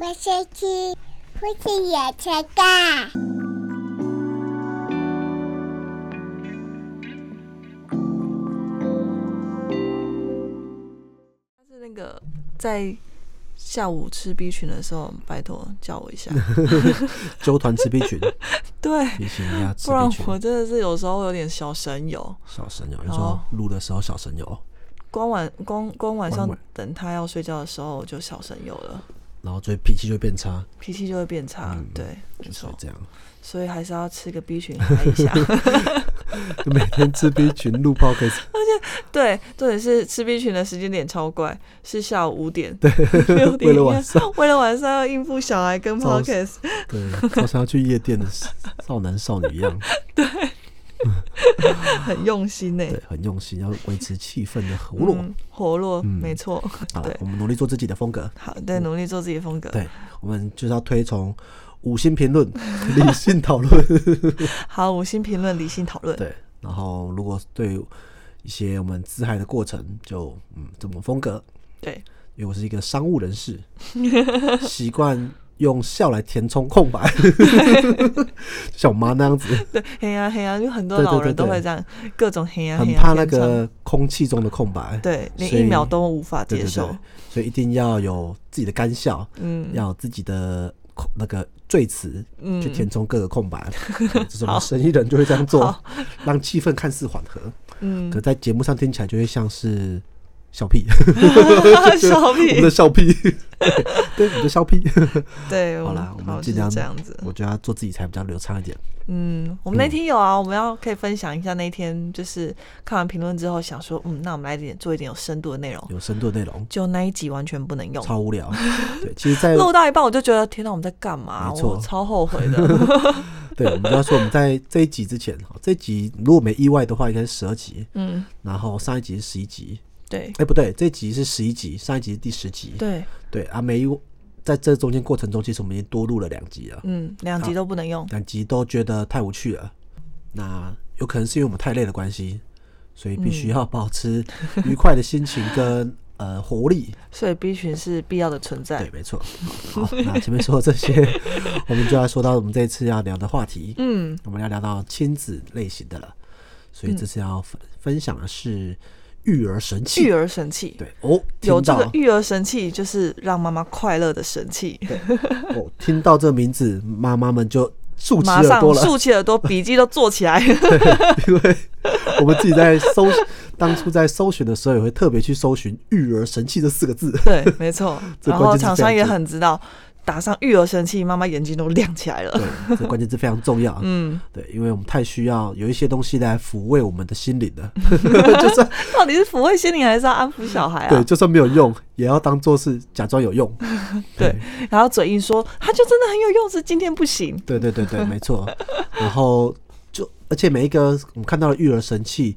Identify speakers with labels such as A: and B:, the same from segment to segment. A: 我先去，父亲也才干。
B: 但是那个在下午吃 B 群的时候，拜托叫我一 下。
C: 纠团吃 B 群，
B: 对，
C: 提醒一下吃
B: 不然
C: B 群。
B: 我真的是有时候有点小神游。
C: 小神游，你说
B: 哦
C: 录的时候小神游，
B: 光晚光光晚上
C: 光晚
B: 等他要睡觉的时候，我就小神游了，
C: 然后就脾气就会变差，
B: 脾气就会变差。
C: 嗯
B: 对，没
C: 就是
B: 错，
C: 这样。
B: 所以还是要吃个 B 群嗨一 下。
C: 就每天吃 B 群录 p o d
B: 对，重点是吃 B 群的时间点超怪，是下午五点，对， 六点
C: 为了晚 上，啊
B: 为了晚上要应付小孩跟
C: 早
B: Podcast，
C: 对，好像要去夜店的少男少女一样，
B: 很用心呢、
C: 对，很用心，要维持气氛的活络。
B: 嗯活络，没错，
C: 好了
B: 对，
C: 我们努力做自己的风格，
B: 好，对，努力做自己的风格。
C: 对，我们就是要推崇五星评论、理性讨 论，
B: 好，五星评论，理性讨论。
C: 对。然后，如果对一些我们自嗨的过程，就嗯，这种风格，
B: 对，
C: 因为我是一个商务人士， 习惯用笑来填充空白， 就像我妈那样子，
B: 对，黑呀黑呀，有很多
C: 对对
B: 老
C: 对
B: 人都
C: 对
B: 会这样，各种黑呀黑
C: 很
B: 呀，
C: 怕那
B: 天窗
C: 个空气中的空白，
B: 对，连
C: 所
B: 一
C: 以
B: 秒都无法
C: 对
B: 接
C: 对
B: 受
C: 对。，所以一定要有自己的干笑，
B: 嗯
C: 要有自己的空那个赘词去
B: 嗯
C: 填充各个空 白，对这种生意人就会这样做
B: 好，
C: 让气氛看似缓和，可
B: 嗯，
C: 在节目上听起来就会像是笑屁，
B: 小
C: 我
B: 屁
C: 们的，笑 屁，对，对，我们的笑屁。
B: 对，
C: 好啦
B: 了，
C: 我们
B: 好
C: 尽
B: 就是
C: 量
B: 这样子。
C: 我觉得要做自己才比较流畅一点。
B: 嗯，我们那天有啊，我们要可以分享一下那天就是看完评论之后想说，嗯，那我们来点做一点有深度的内容。
C: 有深度的内容，
B: 就那一集完全不能用，
C: 超无聊。 对，其实在，
B: 录到一半我就觉得天哪，我们在干嘛？
C: 没错
B: 我超后悔的。
C: 对我们就要说，我们在这一集之前，好这一集如果没意外的话，应该是十二集，
B: 嗯，
C: 然后上一集是十一集，
B: 对
C: 哎、不对，这一集是十一集，上一集是第十集。
B: 对，
C: 对啊，没在这中间过程中，其实我们已经多录了两集了，
B: 嗯，两集都不能用。
C: 两集都觉得太无趣了。那有可能是因为我们太累的关系，所以必须要保 持愉快的心情跟呃活力。
B: 所以 B 群是必要的存在
C: 对，。没错。好，那前面说的 这些，我们就要说到我们这一次要聊的话题。
B: 嗯，
C: 我们要聊到亲子类型的了，所以这次要分分享的是育儿神器。
B: 育儿神器，
C: 对哦，
B: 有
C: 听
B: 这
C: 到
B: 个育儿神器，就是让妈妈快乐的神器。
C: 哦，听到这名字，妈妈们就竖起
B: 马
C: 耳
B: 上
C: 朵了，
B: 竖起耳朵，笔记都做起 来。
C: 因为我们自己在搜， 当初在搜寻的时候也会特别去搜寻“育儿神器”这四 个字。
B: 对，没错。
C: 这
B: 然
C: 关
B: 后
C: 键是
B: 厂
C: 这
B: 商
C: 样
B: 也
C: 子
B: 很知道，打上育儿神器，妈妈眼睛都亮起 来了。
C: 对，这关键字非常重要。啊
B: 嗯，
C: 对，因为我们太需要有一些东西来抚慰我们的心灵了，就算
B: 到底是抚慰心灵，还是要安抚小孩
C: 对，
B: 啊？
C: 就算没有用，也要当做是假装有用。
B: 对，然后嘴硬说，他就真的很有用，是今天不行。
C: 对对对 对，没错。然后就而且每一个我们看到的育儿神器，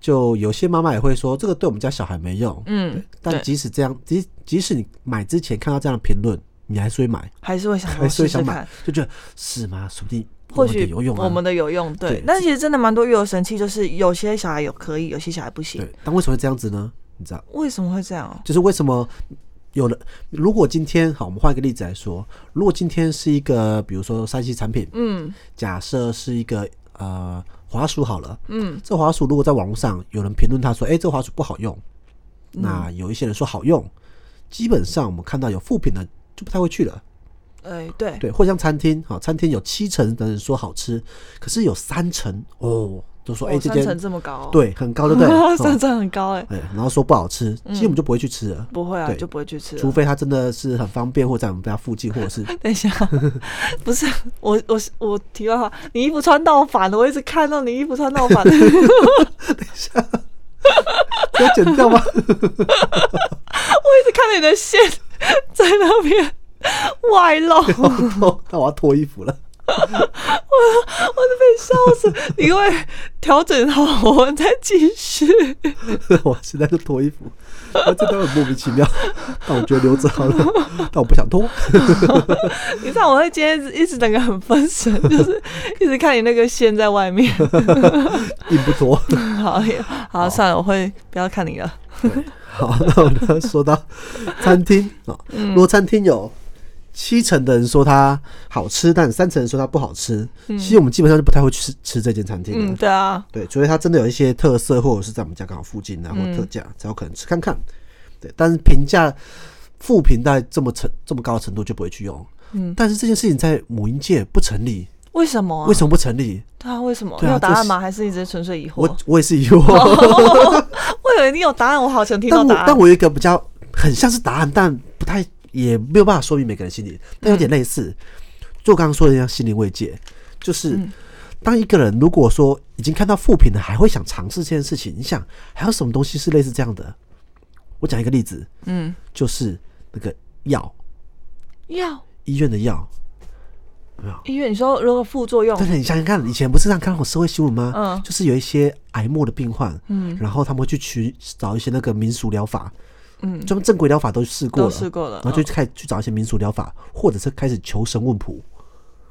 C: 就有些妈妈也会说这个对我们家小孩没用，
B: 嗯，
C: 但
B: 对，
C: 即使这样，即即使你买之前看到这样的评论，你还是会买，
B: 还是会想
C: 还
B: 要
C: 是会
B: 试试
C: 想
B: 看
C: 买。，就觉得是吗？说不定
B: 或
C: 我们
B: 许
C: 得有用啊。
B: 我们的有用，对
C: 对。
B: 但其实真的蛮多育儿神器，就是有些小孩有可以，有些小孩不行。
C: 对，但为什么会这样子呢？你知道，
B: 为什么会这样哦？
C: 就是为什么有了？如果今天好，我们换一个例子来说，如果今天是一个比如说三 C 产品，
B: 嗯
C: 假设是一个呃滑鼠好了，
B: 嗯，
C: 这滑鼠如果在网络上有人评论它说，哎、这滑鼠不好用，
B: 嗯
C: 那有一些人说好用，基本上我们看到有负评的就不太会去了。
B: 哎，对，
C: 对，或像餐厅，好，餐厅有七成的人说好吃，可是有三成哦都说，哎、
B: 哦
C: 这
B: 三层
C: 间
B: 这么高哦，
C: 对很高，对 不对？
B: 三
C: 哦
B: 层很高哎，
C: 哎，然后说不好吃，其实我们就不会去吃了，
B: 不会啊，
C: 对
B: 就不会去吃了。
C: 除非它真的是很方便，或在我们家附近，或者是
B: 等一下， 不是我，我是我题外话，你衣服穿到反了，我一直看到你衣服穿到 反，我
C: 这要 剪掉吗？
B: 一直看到你的线 在那边外 露，我都
C: 哦那我要脱衣服了。
B: 被笑死。你会调整好，我们再继续。
C: 我现在就脱衣服，我这都很莫名其妙，但我觉得留着好了，但我不想脱。
B: 你知道我会今天一直一直整个很分 神，就是一直看你那个线在外面。
C: 并不多。
B: 好，好，算了，我会不要看你了。
C: 好，那我们要说到餐厅啊，如果餐厅有七成的人说它好吃，但三成人说它不好吃。其实我们基本上就不太会去吃吃这间餐厅了。
B: 嗯，对啊，
C: 对，除非它真的有一些特色，或者是在我们家刚好附近啊，或特价，才有可能吃看看。对，但是评价负评在这么程这么高的程度就不会去用。嗯，但是这件事情在母婴界不成立，
B: 为什么、啊？
C: 为什么不成立？
B: 对啊，为什么？
C: 对
B: 你
C: 啊
B: 有答
C: 这
B: 案
C: 是
B: 吗？还是你只是纯粹疑惑？啊
C: 我我也是 疑惑，
B: 我以为你有答案，我好哦想听到
C: 但我
B: 答案。
C: 但我有一个比较很像是答案，但不太也没有办法说明每个人心里，但有点类似，
B: 嗯
C: 就我刚刚说的那样心灵慰藉，就是。当一个人如果说已经看到负评了，还会想尝试这件事情，你想还有什么东西是类似这样的？我讲一个例子，
B: 嗯，
C: 就是那个药，
B: 药
C: 医院的药，有没有？
B: 医院，你说如果副作用
C: 但，是你想想看，以前不是让看到社会新闻吗？
B: 嗯
C: 就是有一些癌末的病患，嗯，然后他们会去取找一些那个民俗疗法，
B: 嗯，
C: 专门正规疗法都试过了，
B: 都试过了
C: 然后就开始去找一些民俗疗法，或者是开始求神问卜，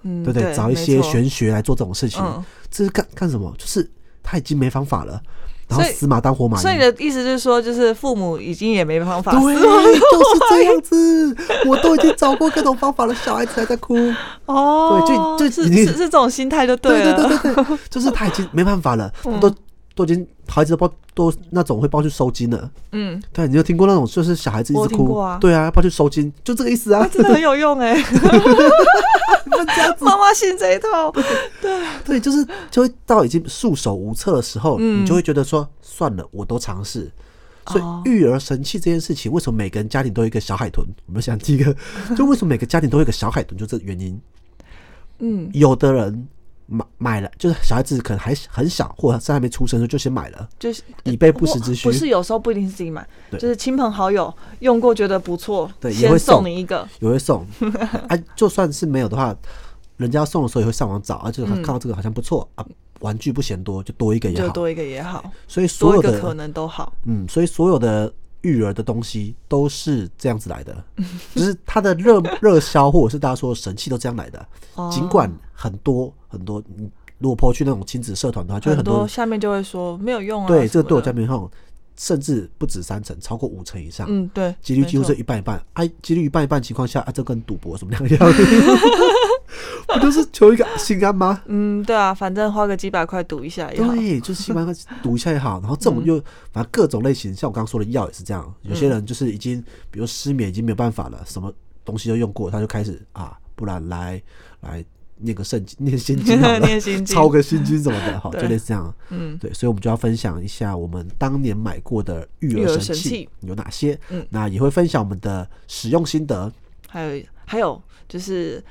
B: 嗯，
C: 对不对？找一
B: 没
C: 些
B: 错
C: 玄学来做这种事情，
B: 嗯
C: 这是干干什么？就是他已经没方法了，然后
B: 所以
C: 死马当活马医，
B: 所以你的意思就是说，就是父母已经也没方法，
C: 对，就是这样子，我都已经找过各种方法了，小孩子还在哭。
B: 哦，
C: 对就就是已经
B: 是是这种心态就对啊嗯
C: 对
B: 了，
C: 对对对，就是他已经没办 法了，都都已经孩子都抱都那种会抱去收金了。
B: 嗯，
C: 对，你有听过那种就是小孩子一
B: 我
C: 直
B: 听
C: 哭，
B: 过啊
C: 对啊，抱去收金，就这个意思啊。
B: 真的很有用哎、妈妈信这一套，
C: 对，就是就会到已经束手无策的时候，
B: 嗯
C: 你就会觉得说算了，我都尝试。所
B: 哦
C: 以育儿神器这件事情，为什么每个人家庭都有一个小海豚？我们想第一个， 就为什么每个家庭都有一个小海豚，就这原因。
B: 嗯，
C: 有的人买买了，就是小孩子可能还很小，或者是还没出生的时候就先买了，
B: 就是
C: 以备不时之需
B: 不是有时候不一定是自己买，
C: 对
B: 就是亲朋好友用过觉得不错，
C: 对也
B: 先
C: 会送
B: 送你一个，
C: 有会送。 啊，就算是没有的话，人家送的时候也会上网找，啊，就是看到这个好像不错、啊，玩具不嫌多，就多一个也
B: 嗯就
C: 好。
B: 多一个也好，
C: 所以所
B: 多一
C: 有
B: 个可
C: 的
B: 能都好。
C: 嗯，所以所有的育儿的东西都是这样子来的， 就是它的热热销或者是大家说的神器都这样来的。
B: 哦
C: 尽管很多很多，你如果抛去那种亲子社团的话，就会
B: 很
C: 多人
B: 下面就会说没有用啊，
C: 对这个对我家
B: 家，
C: 没用，甚至不止三成，超过五成以上。
B: 嗯，对，
C: 几率几乎
B: 没错
C: 是一半一半，哎、几率一半一半情况下，啊，这跟赌博有什么两样？ 不就是求一个心安吗？
B: 嗯，对啊，反正花个几百块赌一下也好，
C: 对，就是心安赌一下也好。然后这
B: 嗯
C: 种又反正各种类型，像我刚刚说的药也是这样，有些人就是已经，比如失眠已经没有办法了，什么东西都用过，他就开始啊，不然来来念个圣经， 念心经好 了，
B: 念 心经
C: 抄个心经什么的，好，就
B: 对
C: 类似这样。
B: 嗯，
C: 对，所以我们就要分享一下我们当年买过的育
B: 育儿
C: 儿神
B: 神
C: 器
B: 器
C: 有哪些，
B: 嗯
C: 那也会分享我们的使用心得。
B: 还有还有就是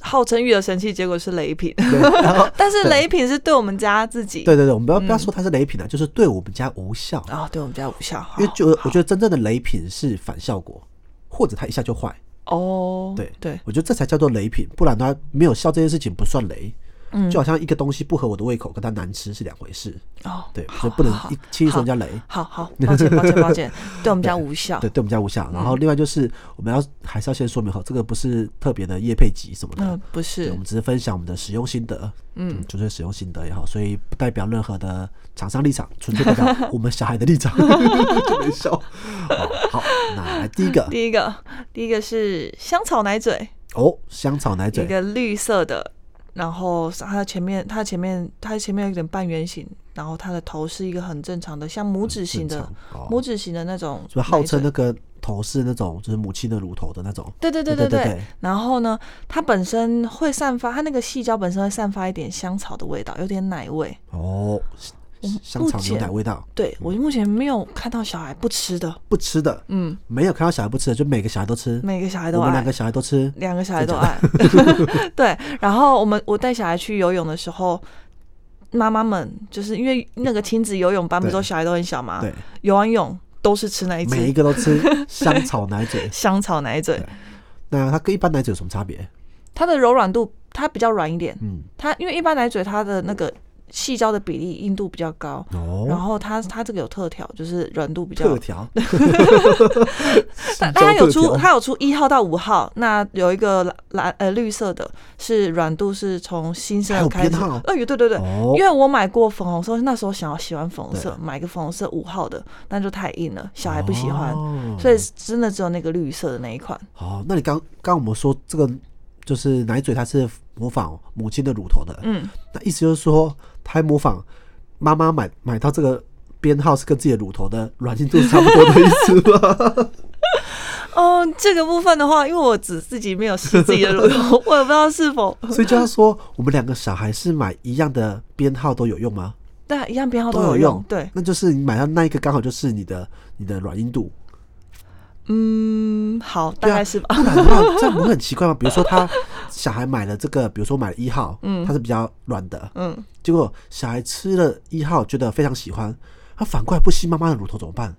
B: 号称育儿神器，结果是雷品，
C: 对，然后
B: 但是
C: 对
B: 雷品是对我们家自己，
C: 对对对，我们不要不要说它是雷品啊，就是对我们家无效，
B: 啊、对我们家无效，
C: 因为
B: 哦好
C: 就我觉得真正的雷品是反效果，或者它一下就坏。
B: 哦，
C: 对
B: 对，
C: 我觉得这才叫做雷品，不然它没有效这件事情不算雷。
B: 嗯
C: 就好像一个东西不合我的胃口，跟它难吃是两回事。
B: 哦，
C: 对，
B: 好
C: 所以不能
B: 好
C: 一轻易说人家雷。
B: 好 好，抱歉抱歉抱歉，对我们家无效，
C: 对，对我们家无效。然
B: 嗯
C: 后另外就是，我们要还是要先说明好，这个不是特别的业配集什么的，
B: 嗯，不
C: 对，
B: 是
C: 我们，只是分享我们的使用心得，嗯，纯粹使用心得也好，所以不代表任何的厂商立场，纯粹代 表我们小孩的立场， 就没笑。好，好那来第一个
B: 第一个第一个是香草奶嘴，
C: 哦，香草奶
B: 一
C: 嘴，
B: 个绿色的，然后它的前面，它的前面，它的前面有点半圆形，然后它的头是一个很正常的，像拇指形的
C: 正，常哦
B: 拇指形的那种奶嘴，
C: 就号称那个头是那种就是母亲的乳头的那种，
B: 对对对
C: 对
B: 对
C: 对
B: 对
C: 对。
B: 然后呢，它本身会散发，它那个细胶本身会散发一点香草的味道，有点奶味。
C: 哦，香草牛奶味道，
B: 对我目前没有看到小孩不吃的，
C: 不吃的，
B: 嗯，
C: 没有看到小孩不吃的，就每个小孩都吃，
B: 每个小孩都
C: 我们两
B: 爱
C: 个。小孩都吃，
B: 两个小孩都爱， 对。然后我们我带小孩去游泳的时候，妈妈们就是因为那个亲子游泳班，不
C: 对
B: 是都小孩都很小嘛，
C: 对，
B: 游完泳都是吃那一
C: 每一
B: 只
C: 个 都吃香草奶嘴。
B: 香草奶嘴
C: 对，那它跟一般奶嘴有什么差别？
B: 它的柔软度它比较软一点，
C: 嗯，
B: 它因为一般奶嘴它的那个细胶的比例硬度比较高，然
C: 哦，
B: 后它它这个有特调，就是软度比较
C: 特。调，
B: 但
C: 但
B: 但它有出它有出一号到五号，那有一个蓝蓝呃绿色的，是软度是从新
C: 还
B: 生
C: 有
B: 开始
C: 编号。
B: 呃，对对对，
C: 哦
B: 因，为我买过粉红色，那时候想要喜欢粉红色，
C: 对
B: 买个粉红色五号的，那就太硬了，小孩不喜欢，
C: 哦
B: 所以真的只有那个绿色的那一款。
C: 哦，那你刚刚我们说这个就是奶嘴，它是模仿母亲的乳头的，
B: 嗯，
C: 那意思就是说，它还模仿妈妈买买到这个编号是跟自己的乳头的软硬度是差不多的意思 吗？
B: 哦，这个部分的话，因为我只自己没有试自己的乳头， 我也不知道是否
C: 所以就要说，我们两个小孩是买一样的编号都有用吗？
B: 对啊一样编号都
C: 有
B: 有用。对，
C: 那就是你买到那一个刚好就是你的你的软硬度，
B: 嗯，好，大
C: 对啊
B: 概是吧。
C: 不然的话这样不会很奇怪吗？比如说 他小孩买了这个，比如说买了一号，嗯，它是比较软的，
B: 嗯，
C: 结果小孩吃了一号觉得非常喜欢，他反过来不吸妈妈的乳头怎么办？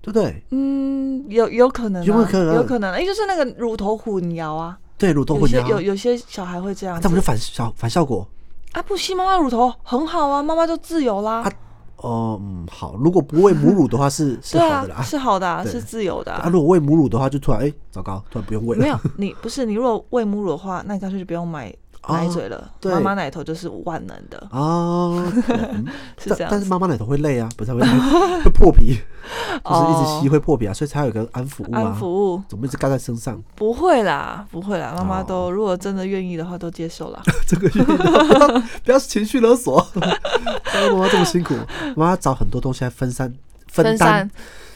C: 对不对？
B: 嗯，有有可能、啊，
C: 有没有可能
B: 有可能，哎、就是那个乳头混淆啊，
C: 对，乳头
B: 有
C: 混
B: 些
C: 淆，
B: 有有些小孩会这样
C: 那
B: 子
C: 啊不就反效反效果？
B: 啊，不吸妈妈乳头很好啊，妈妈就自由啦。
C: 啊哦，嗯，好，如果不喂母乳的话是是
B: 对
C: 好的
B: 啊，
C: 啦。
B: 是好的、啊，
C: 对
B: 是自由的、
C: 啊，如果喂母乳的话，就突然哎、糟糕，突然不用喂了。
B: 没有，你不是你如果喂母乳的话，那你干脆就不用买
C: 啊
B: 奶嘴了，
C: 对
B: 妈妈奶头就是万能的。
C: 啊，对嗯
B: 是
C: 但
B: 这样
C: 但是
B: 子
C: 妈妈奶头会累啊，不是会会会 破皮，就是一直
B: 哦
C: 吸会破皮啊，所以才有一个安抚物
B: 安
C: 啊
B: 抚，物
C: 怎么一直盖在身上？
B: 不会啦，不会啦，妈妈都、
C: 哦
B: 如果真的愿意的话，都接受啦。
C: 这个不要不要情绪勒索， 当妈妈这么辛苦，妈妈找很多东西来分散 分担
B: 散，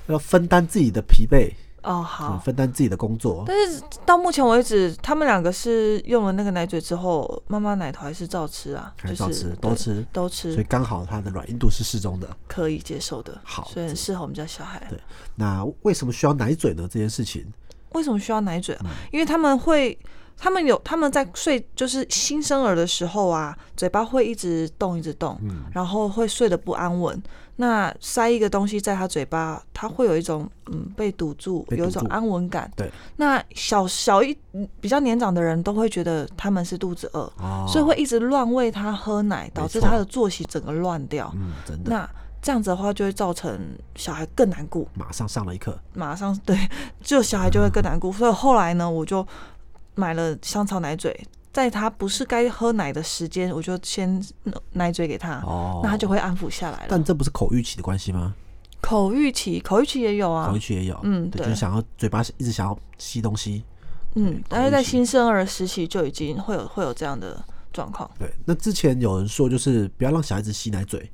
C: 要分担自己的疲惫，
B: 哦，
C: 嗯
B: 好。
C: 分担自己的工作。
B: 但是到目前为止，他们两个是用了那个奶嘴之后，妈妈奶头还是照吃啊，
C: 还
B: 就是
C: 照吃
B: 对
C: 都吃
B: 都
C: 所以
B: 吃，
C: 刚好它的软硬度是适中的。
B: 可以接受的。
C: 好
B: 所以很适合我们家小孩。
C: 对，那为什么需要奶嘴呢？这件事情
B: 为什么需要奶嘴啊？
C: 嗯
B: 因为他们会，他们有他们在睡，就是新生儿的时候啊，嘴巴会一直动，一直动，
C: 嗯
B: 然后会睡得不安稳。那塞一个东西在他嘴巴，他会有一种嗯被堵住，
C: 被堵
B: 有一种
C: 住
B: 安稳感。
C: 对，
B: 那小小一嗯比较年长的人都会觉得他们是肚子饿，
C: 哦，
B: 所以会一直乱喂他喝奶，导致
C: 没错
B: 他的作息整个乱掉。
C: 嗯，真的
B: 那这样子的话，就会造成小孩更难顾。
C: 马上上了一课，
B: 马上 对，就小孩就会更难过。所以后来呢，我就买了香草奶嘴，在他不是该喝奶的时间，我就先奶嘴给他，
C: 哦
B: 那他就会安抚下来了。
C: 但这不是口欲期的关系吗？
B: 口欲期，口欲期也有啊
C: 口欲，期也有，
B: 嗯
C: 哦对，
B: 对
C: 就是想要嘴巴一直想要吸东西，
B: 嗯，但是
C: 口
B: 在
C: 欲期
B: 新生儿时期就已经会有会有这样的状况，
C: 对。那之前有人说，就是不要让小孩子吸奶嘴，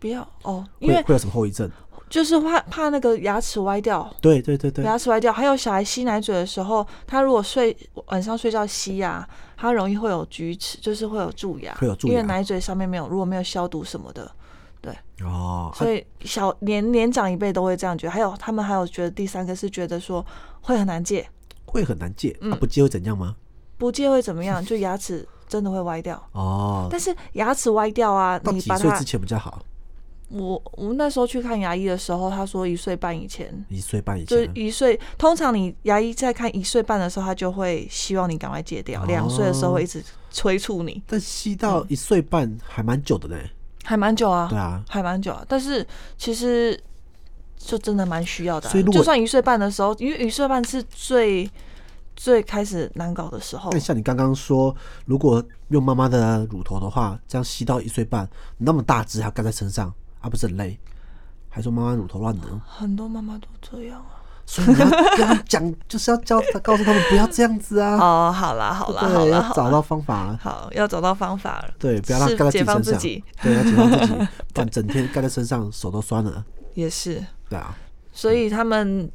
B: 不要哦，因
C: 会
B: 为
C: 会有什么后遗症？
B: 就是怕怕那个牙齿歪掉，
C: 对对对对，
B: 牙齿歪掉，还有小孩吸奶嘴的时候，他如果睡晚上睡觉吸呀、他容易会有龋齿，就是会有蛀牙，
C: 会有蛀
B: 因为
C: 牙
B: 奶嘴上面没有，如果没有消毒什么的，
C: 哦，啊
B: 所以小年年长一辈都会这样觉得。还有他们还有觉得第三个是觉得说会很难戒，
C: 会很难戒，
B: 嗯
C: 啊、不戒会怎样吗？
B: 不戒会怎么样？就牙齿真的会歪 掉。
C: 哦，
B: 但是牙齿歪掉啊，
C: 到
B: 你
C: 几
B: 把
C: 岁
B: 它
C: 之，前比较好？
B: 我我那时候去看牙医的时候，他说一岁半以前。
C: 一岁半以
B: 就是
C: 前，啊
B: 一岁，通常你牙医在看一岁半的时候，他就会希望你赶快戒掉。
C: 哦
B: 两、岁的时候会一直催促你，
C: 但吸到
B: 嗯
C: 一岁半还蛮久的呢。
B: 还蛮久啊，
C: 对啊，
B: 还蛮久啊。但是其实就真的蛮需要的啊、
C: 所以如果
B: 就算一岁半的时候，因为一岁半是最最开始难搞的时候
C: 但。像你刚刚说，如果用妈妈的乳头的话，这样吸到一岁半，那么大只还盖在身上，啊，不是很累？还说妈妈乳头乱呢，
B: 很多妈妈都这样啊。
C: 所以你要跟他们讲， 就是要教他告诉他们不要这样子啊，
B: 哦， 好啦，好啦，好
C: 对，
B: 啦，
C: 要
B: 好
C: 找
B: 啦，
C: 到方法，啊
B: 好，要找到方法了。
C: 对，不要让
B: 是
C: 盖在自
B: 解
C: 己
B: 放
C: 身
B: 自
C: 上
B: 己，
C: 对，要解放自己， 不然整天盖在身上手都酸了，
B: 也是。
C: 对啊，
B: 所以他们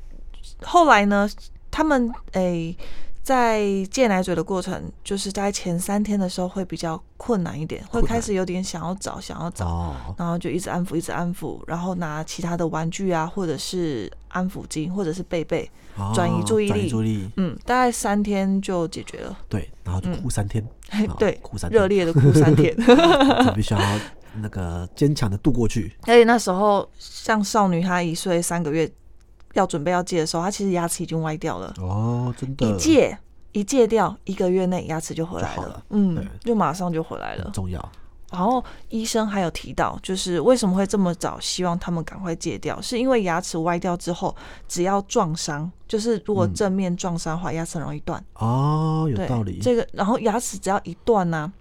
B: 后来呢，他们诶、在戒奶嘴的过程，就是在前三天的时候会比较困难一点，会
C: 困难
B: 开始有点想要找，想要找，
C: 哦，
B: 然后就一直安抚，一直安抚，然后拿其他的玩具啊，或者是安抚巾，或者是贝贝，
C: 哦
B: 转移注意
C: 转移
B: 力
C: 注意力，
B: 嗯，大概三天就解决了。
C: 对，然后就
B: 嗯
C: 哭三天，
B: 嘿
C: 哦
B: 对
C: 哭三，天
B: 热烈的哭三 天，
C: 就必须要那个坚强的度过去，
B: 而且那时候像少女她一岁三个月要准备要戒的时候，她其实牙齿已经歪掉了，
C: 哦，真的
B: 一戒一戒掉，一个月内牙齿就回
C: 就
B: 来
C: 好
B: 了
C: 了，
B: 嗯
C: 对，
B: 就马上就回来
C: 很
B: 了。
C: 重要，
B: 然后医生还有提到，就是为什么会这么早希望他们赶快戒掉，是因为牙齿歪掉之后，只要撞伤，就是如果正面撞伤的话，牙齿很容易断。
C: 哦，有
B: 对，
C: 道理。
B: 这个，然后牙齿只要一断呢、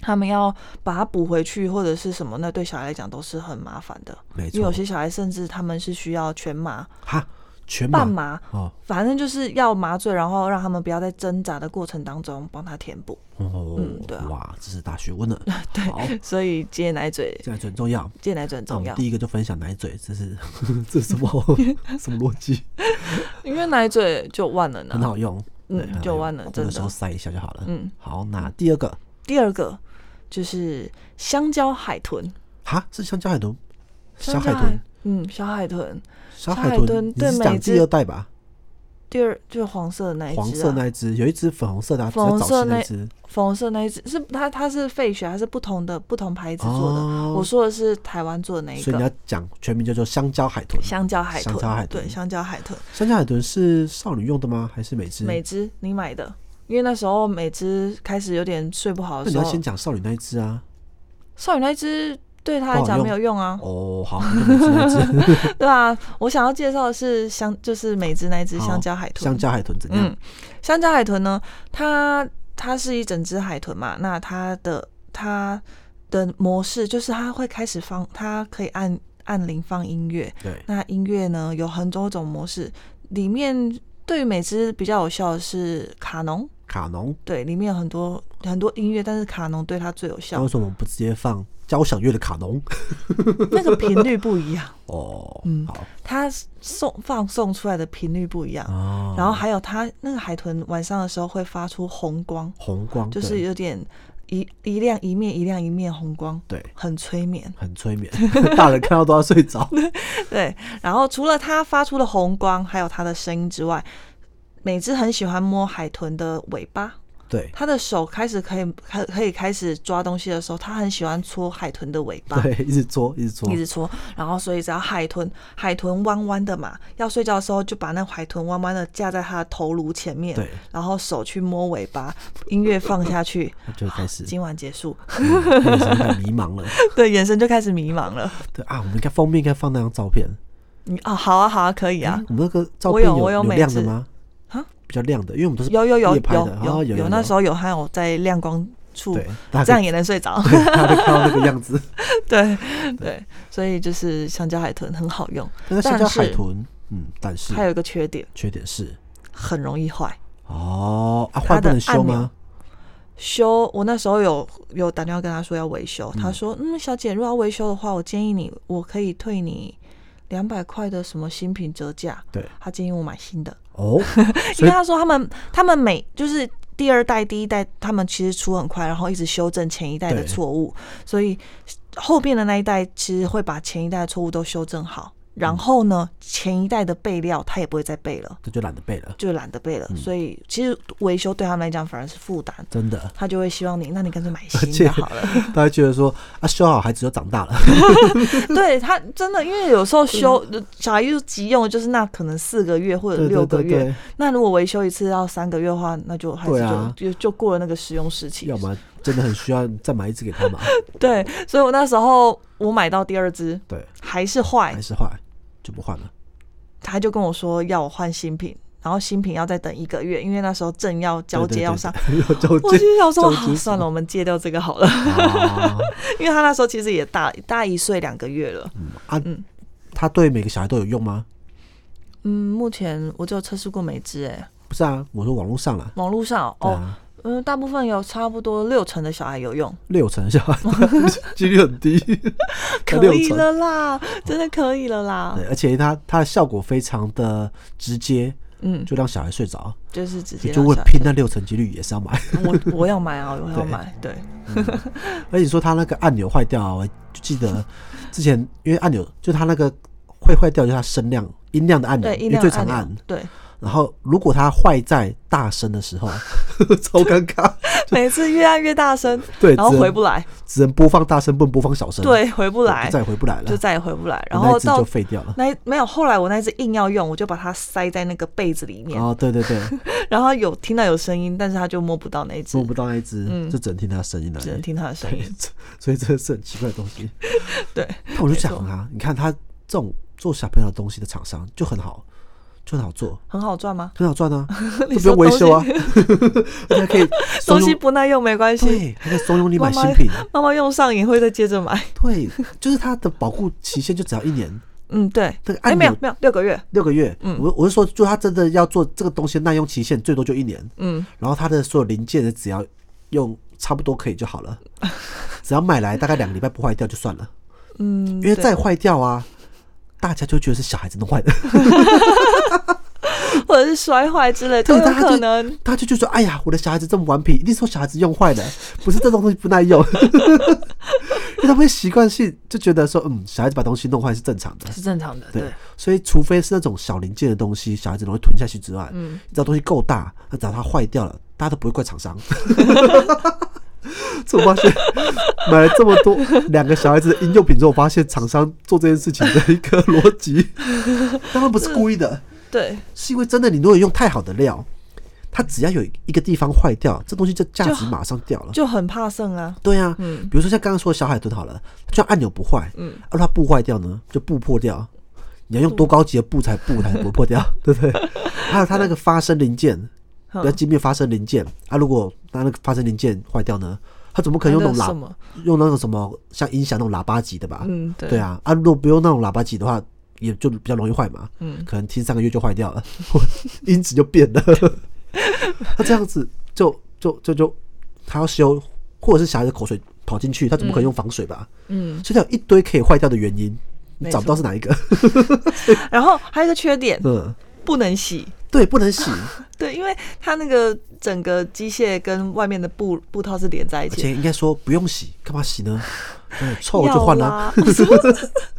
B: 他们要把它补回去或者是什么，那对小孩来讲都是很麻烦的。
C: 没
B: 因为有
C: 错，
B: 些小孩甚至他们是需要全麻、
C: 哈，全
B: 半
C: 满
B: 麻，
C: 哦
B: 反正就是要麻醉，然后让他们不要在挣扎的过程当中帮他填补。
C: 哦，
B: 嗯对啊
C: 哇，这是大学 问了。对，好，
B: 所以戒奶嘴，
C: 这样 很重要。
B: 戒奶嘴很
C: 那我
B: 重
C: 们
B: 要，
C: 哦第一个就分享奶嘴，这是 这是 什么什么逻辑？
B: 因为奶嘴就万能
C: 很
B: 啊。
C: 好用，
B: 嗯
C: 对很好
B: 就
C: 用
B: 完了
C: 这
B: 真
C: 个
B: 的
C: 时候塞一下就好了。
B: 嗯，
C: 好，那第二个
B: 第二个就是香蕉海豚，
C: 哈是香蕉海豚，小
B: 香
C: 海
B: 蕉
C: 豚，，
B: 嗯，小海豚，
C: 小
B: 小
C: 海
B: 海
C: 豚，
B: 豚
C: 你
B: 对
C: 是
B: 每
C: 讲第
B: 只
C: 二代吧？
B: 第二就是黄色的那一只、啊，
C: 黄色那一只，有一只粉红色的啊，比
B: 粉
C: 较
B: 红
C: 早
B: 色
C: 期那
B: 那
C: 一只。
B: 粉红色那一只是它，它是费雪，它是不同的不同牌子做的。
C: 哦
B: 我说的是台湾做的那一
C: 所以你
B: 个
C: 要讲全名叫做香蕉海豚。
B: 香蕉海豚，
C: 香蕉海豚
B: 对，香蕉海豚，
C: 香蕉海豚是少女用的吗？还是每只？
B: 每只你买的，因为那时候每只开始有点睡不好
C: 那
B: 的
C: 你
B: 时
C: 要
B: 候
C: 先，讲少女那一只啊。
B: 少女那一只对他来
C: 不好
B: 讲
C: 用
B: 没有用啊，
C: 哦，好，那每只那一 只
B: 对啊，我想要介绍的是香，就是美只那一只
C: 好
B: 香蕉海豚，
C: 哦香蕉海豚怎样
B: 嗯？，香蕉海豚呢，它它是一整只海豚嘛，那它的它的模式就是它会开始放，它可以按按铃放音乐。
C: 对，
B: 那音乐呢有很多种模式，里面对于每只比较有效的是卡农，
C: 卡农。
B: 对，里面有很多很多音乐，但是卡农对它最有
C: 那
B: 效
C: 为，什么我们不直接放交响乐的卡农？
B: 那个频率不一样，
C: 哦，
B: 嗯
C: 好
B: 它送放送出来的频率不一样。
C: 啊。
B: 然后还有它那个海豚晚上的时候会发出红光，
C: 红光
B: 就是
C: 对
B: 有点一一亮一面一亮一面红光，
C: 对，
B: 很催眠。
C: 很催眠， 大人看到都要睡着。
B: 对，然后除了它发出的红光，还有它的声音之外，美只很喜欢摸海豚的尾巴。
C: 对
B: 它的手开始可以可可以开始抓东西的时候，它很喜欢搓海豚的尾巴。
C: 对，一直搓，一直搓
B: 一。直搓，然后所以只要海豚海豚弯弯的嘛，要睡觉的时候就把那海豚弯弯的架在它的头颅前面，
C: 对，
B: 然后手去摸尾巴，音乐放下去，
C: 就开始
B: 今晚结束，
C: 眼神有点迷茫了。
B: 对，眼神就开始迷茫了。
C: 对啊，我们应该封面应该放那张照片。
B: 你
C: 嗯
B: 啊，好啊，好啊，可以啊
C: 我，们那个照
B: 我
C: 片
B: 有我有
C: 有
B: 美
C: 亮的
B: 制
C: 吗？
B: 啊，
C: 比较亮的，因为我们都是
B: 有有有
C: 夜拍
B: 有
C: 的，
B: 有
C: 哦有
B: 那时
C: 候
B: 候有还有在亮光处，
C: 对，大
B: 这样
C: 家可以
B: 也能睡 着。
C: 大家可以看到那个样子。
B: 对对，所以就是香蕉海豚很好用，
C: 但是香
B: 但
C: 蕉海
B: 是
C: 豚，嗯，但是
B: 它有一个缺点，
C: 缺点是
B: 很容易坏。
C: 哦，啊，
B: 它
C: 坏不
B: 的
C: 能修
B: 按钮
C: 吗？
B: 修，我那时候有有打电话跟他说要维修，他说：“嗯，小姐，如果要维修的话，我建议你，我可以退你两百块的什么新品折价。”
C: 对，
B: 他建议我买新的，
C: 哦，
B: 因
C: 所
B: 为
C: 以
B: 他说他们他们每就是第二代、第一代，他们其实出很快，然后一直修正前一代的
C: 对
B: 错误，所以后边的那一代其实会把前一代的错误都修正好。
C: 嗯
B: 然后呢，前一代的备料他也不会再备了，
C: 这就懒得背了，
B: 就懒得备了。
C: 嗯
B: 所以其实维修对他们来讲反而是负担。
C: 真的。
B: 他就会希望你，那你干脆买
C: 而
B: 新
C: 且
B: 的好了。
C: 大家觉得说啊，修好孩子就长大了，
B: 对他真的，因为有时候修小孩又急用，就是那可能四个月或者
C: 嗯对
B: 六
C: 对
B: 个
C: 对
B: 月。
C: 对，
B: 那如果维修一次要三个月的话，那就还是
C: 对
B: 就、
C: 啊
B: 就就过了那个使用时期
C: 要。么真的很需要再买一只给他嘛，
B: 对，所以我那时候我买到第二只
C: 对，
B: 还是坏
C: 还，是坏就不换了，
B: 他就跟我说要我换新品，然后新品要再等一个月，因为那时候正要交
C: 对
B: 接要上。，
C: 对对 要
B: 我
C: 交
B: 就
C: 接
B: 想说，
C: 交接
B: 好，
C: 是
B: 算了，我们戒掉这个好了，
C: 啊，
B: 因为他那时候其实也大大一岁两个月了。
C: 啊
B: 嗯，
C: 他对每个小孩都有用吗？
B: 嗯，目前我只有测试过每只，哎，
C: 不是啊，我说网络上了，
B: 网络上
C: 对
B: 哦，
C: 啊，
B: 嗯、大部分有差不多六成的小孩有 用，
C: 六成小孩 几率很低，才
B: 可
C: 六
B: 以
C: 成
B: 了啦，真的可以了啦
C: 对，。而且它它的效果非常的直接，
B: 嗯，
C: 就让小孩睡着，
B: 就是直接
C: 就就
B: 让
C: 会
B: 小孩
C: 拼那六成几率也是要买。
B: 我我要买啊，我要
C: 对
B: 买，对，
C: 而且你说它那个按钮坏掉啊，我就记得之前因为按钮就它那个会坏掉，就是它声量音量的按钮，
B: 对，
C: 因
B: 音
C: 为
B: 量
C: 嗯最常
B: 按
C: 按
B: 钮，对，
C: 然后如果它坏在大声的时候， 超尴尬，
B: 每次越按越大声，
C: 对，
B: 然后
C: 只能
B: 回不来，
C: 只能播放大声，不能播放小声，
B: 对，回不
C: 就
B: 来，
C: 再也回不来了，
B: 就再也回不来。然
C: 那一
B: 后
C: 只
B: 到
C: 就废掉了。
B: 那一没有，后来我那一只硬要用，我就把它塞在那个被子里面，
C: 哦，对对对，
B: 然后有听到有声音，但是它就摸不到那一只
C: 摸，不到那一只，
B: 嗯
C: 就只能听它声音了。
B: 只能听它的声音。
C: 所以这是很奇怪的东西。
B: 对，
C: 那我就讲啊，你看他这种做小朋友的东西的厂商就很好，就很好做，
B: 很好赚吗？
C: 很好赚啊，
B: 你
C: 就
B: 说
C: 不用维
B: 东
C: 修啊
B: 西，
C: 而且还可以
B: 东
C: 松
B: 西
C: 茸，
B: 不耐用没关系，
C: 对，还可以怂恿你买
B: 妈
C: 新
B: 妈
C: 品，
B: 妈妈用上瘾会再接着买。
C: 对，就是它的保护期限就只要一年
B: 嗯，对
C: 这个。
B: 哎，
C: 按
B: 没有
C: 钮
B: 没有，六个月。
C: 六个月。
B: 嗯
C: 我我是说，就它真的要做这个东西的耐用期限最多就一年，
B: 嗯，
C: 然后它的所有零件只要用差不多可以就好 了，只要买来大概两个礼拜不坏掉就算了。
B: 嗯，
C: 因为
B: 对
C: 再坏掉啊，大家就觉得是小孩子 弄坏的，
B: 或者是摔坏之类都
C: 对，
B: 有
C: 大家
B: 可
C: 就
B: 能。
C: 大家就觉得说，哎呀，我的小孩子这么顽皮，一定是我小孩子用 坏的，不是这种东西不耐用， 因为他们会习惯性就觉得说，嗯，小孩子把东西弄坏是正常的。
B: 是正常的，
C: 对，所以除非是那种小零件的东西，小孩子容易吞下去之外，嗯，只要东西够大，那只要它坏掉了，大家都不会怪 厂商。这我发现买了这么多两个小孩子的婴用品之后，我发现厂商做这件事情的一个逻辑，当然不是故意的，
B: 对，
C: 是因为真的，你如果用太好的料，它只要有一个地方坏掉，这东西就价值马上掉了。
B: 就很怕剩啊。
C: 对啊，
B: 嗯
C: 比如说像刚刚说的小海豚好了，就算按钮不坏，嗯，而它布坏掉呢，就布破掉，你要用多高级的布才布才不会 破掉，对不对？还有它那个发声零件，比较
B: 嗯
C: 精密的发声零件啊，如果它那个发声零件坏掉呢，它怎么可能用那
B: 那
C: 种
B: 什
C: 喇
B: 么？
C: 用那种什么像音响那种喇叭级的吧？
B: 嗯，对，
C: 对，啊，啊，如果不用那种喇叭级的话，也就比较容易坏嘛。
B: 嗯，
C: 可能听三个月就坏掉了， 或音质就变了。 他这样子就就就就他要修，或者是小孩子口水跑进去，他怎么可能用防水吧？
B: 嗯。
C: 所以他有一堆可以坏掉的原因，
B: 没
C: 你找不到是哪一个。
B: 然后还有一个缺点，
C: 嗯，
B: 不能洗。
C: 对，不 能洗，
B: 对，因为它那个整个机械跟外面的布布套是连在一
C: 而
B: 起的。
C: 且应该说不用洗，干嘛洗 呢？嗯臭就换啦、
B: 要啦啊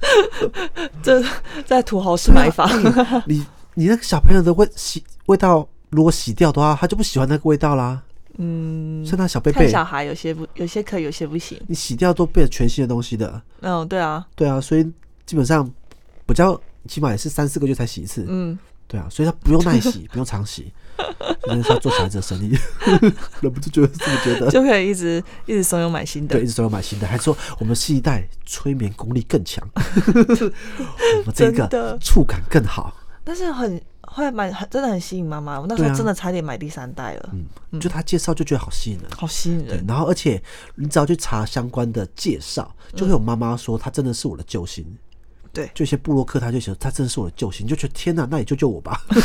B: 这在土豪式买法，
C: 啊 你你那个小朋友的味洗味道，如果洗掉的话，他就不喜欢那个味道啦。嗯，像那小贝
B: 看
C: 贝，
B: 小孩有些不，有些可以，有些不行。
C: 你洗掉都变成全新的东西的。
B: 嗯，对啊，
C: 对啊，所以基本上比较起码也是三四个月才洗一次，
B: 嗯，
C: 对啊，所以他不用耐洗， 不用常洗，真的是要做小孩子的生意， 忍不住觉得这么觉得。
B: 就可以一直一直怂恿买新的
C: 呃对，一。直都要买新的，还说我们新一代催眠功力 更强，我们这
B: 真的
C: 个触感更好，
B: 但是很会蛮很真的很吸引妈妈。我那时
C: 对
B: 候
C: 啊
B: 真的差点买第三代了，
C: 嗯就他介绍就觉得好吸引人。
B: 好吸引
C: 对
B: 人，。
C: 然后而且你只要去查相关的介绍，就会有妈妈说她真的是我的救星。
B: 嗯对
C: 就一些布洛克他就写他真的是我的救星，你就觉得天哪，那你救救我 吧。这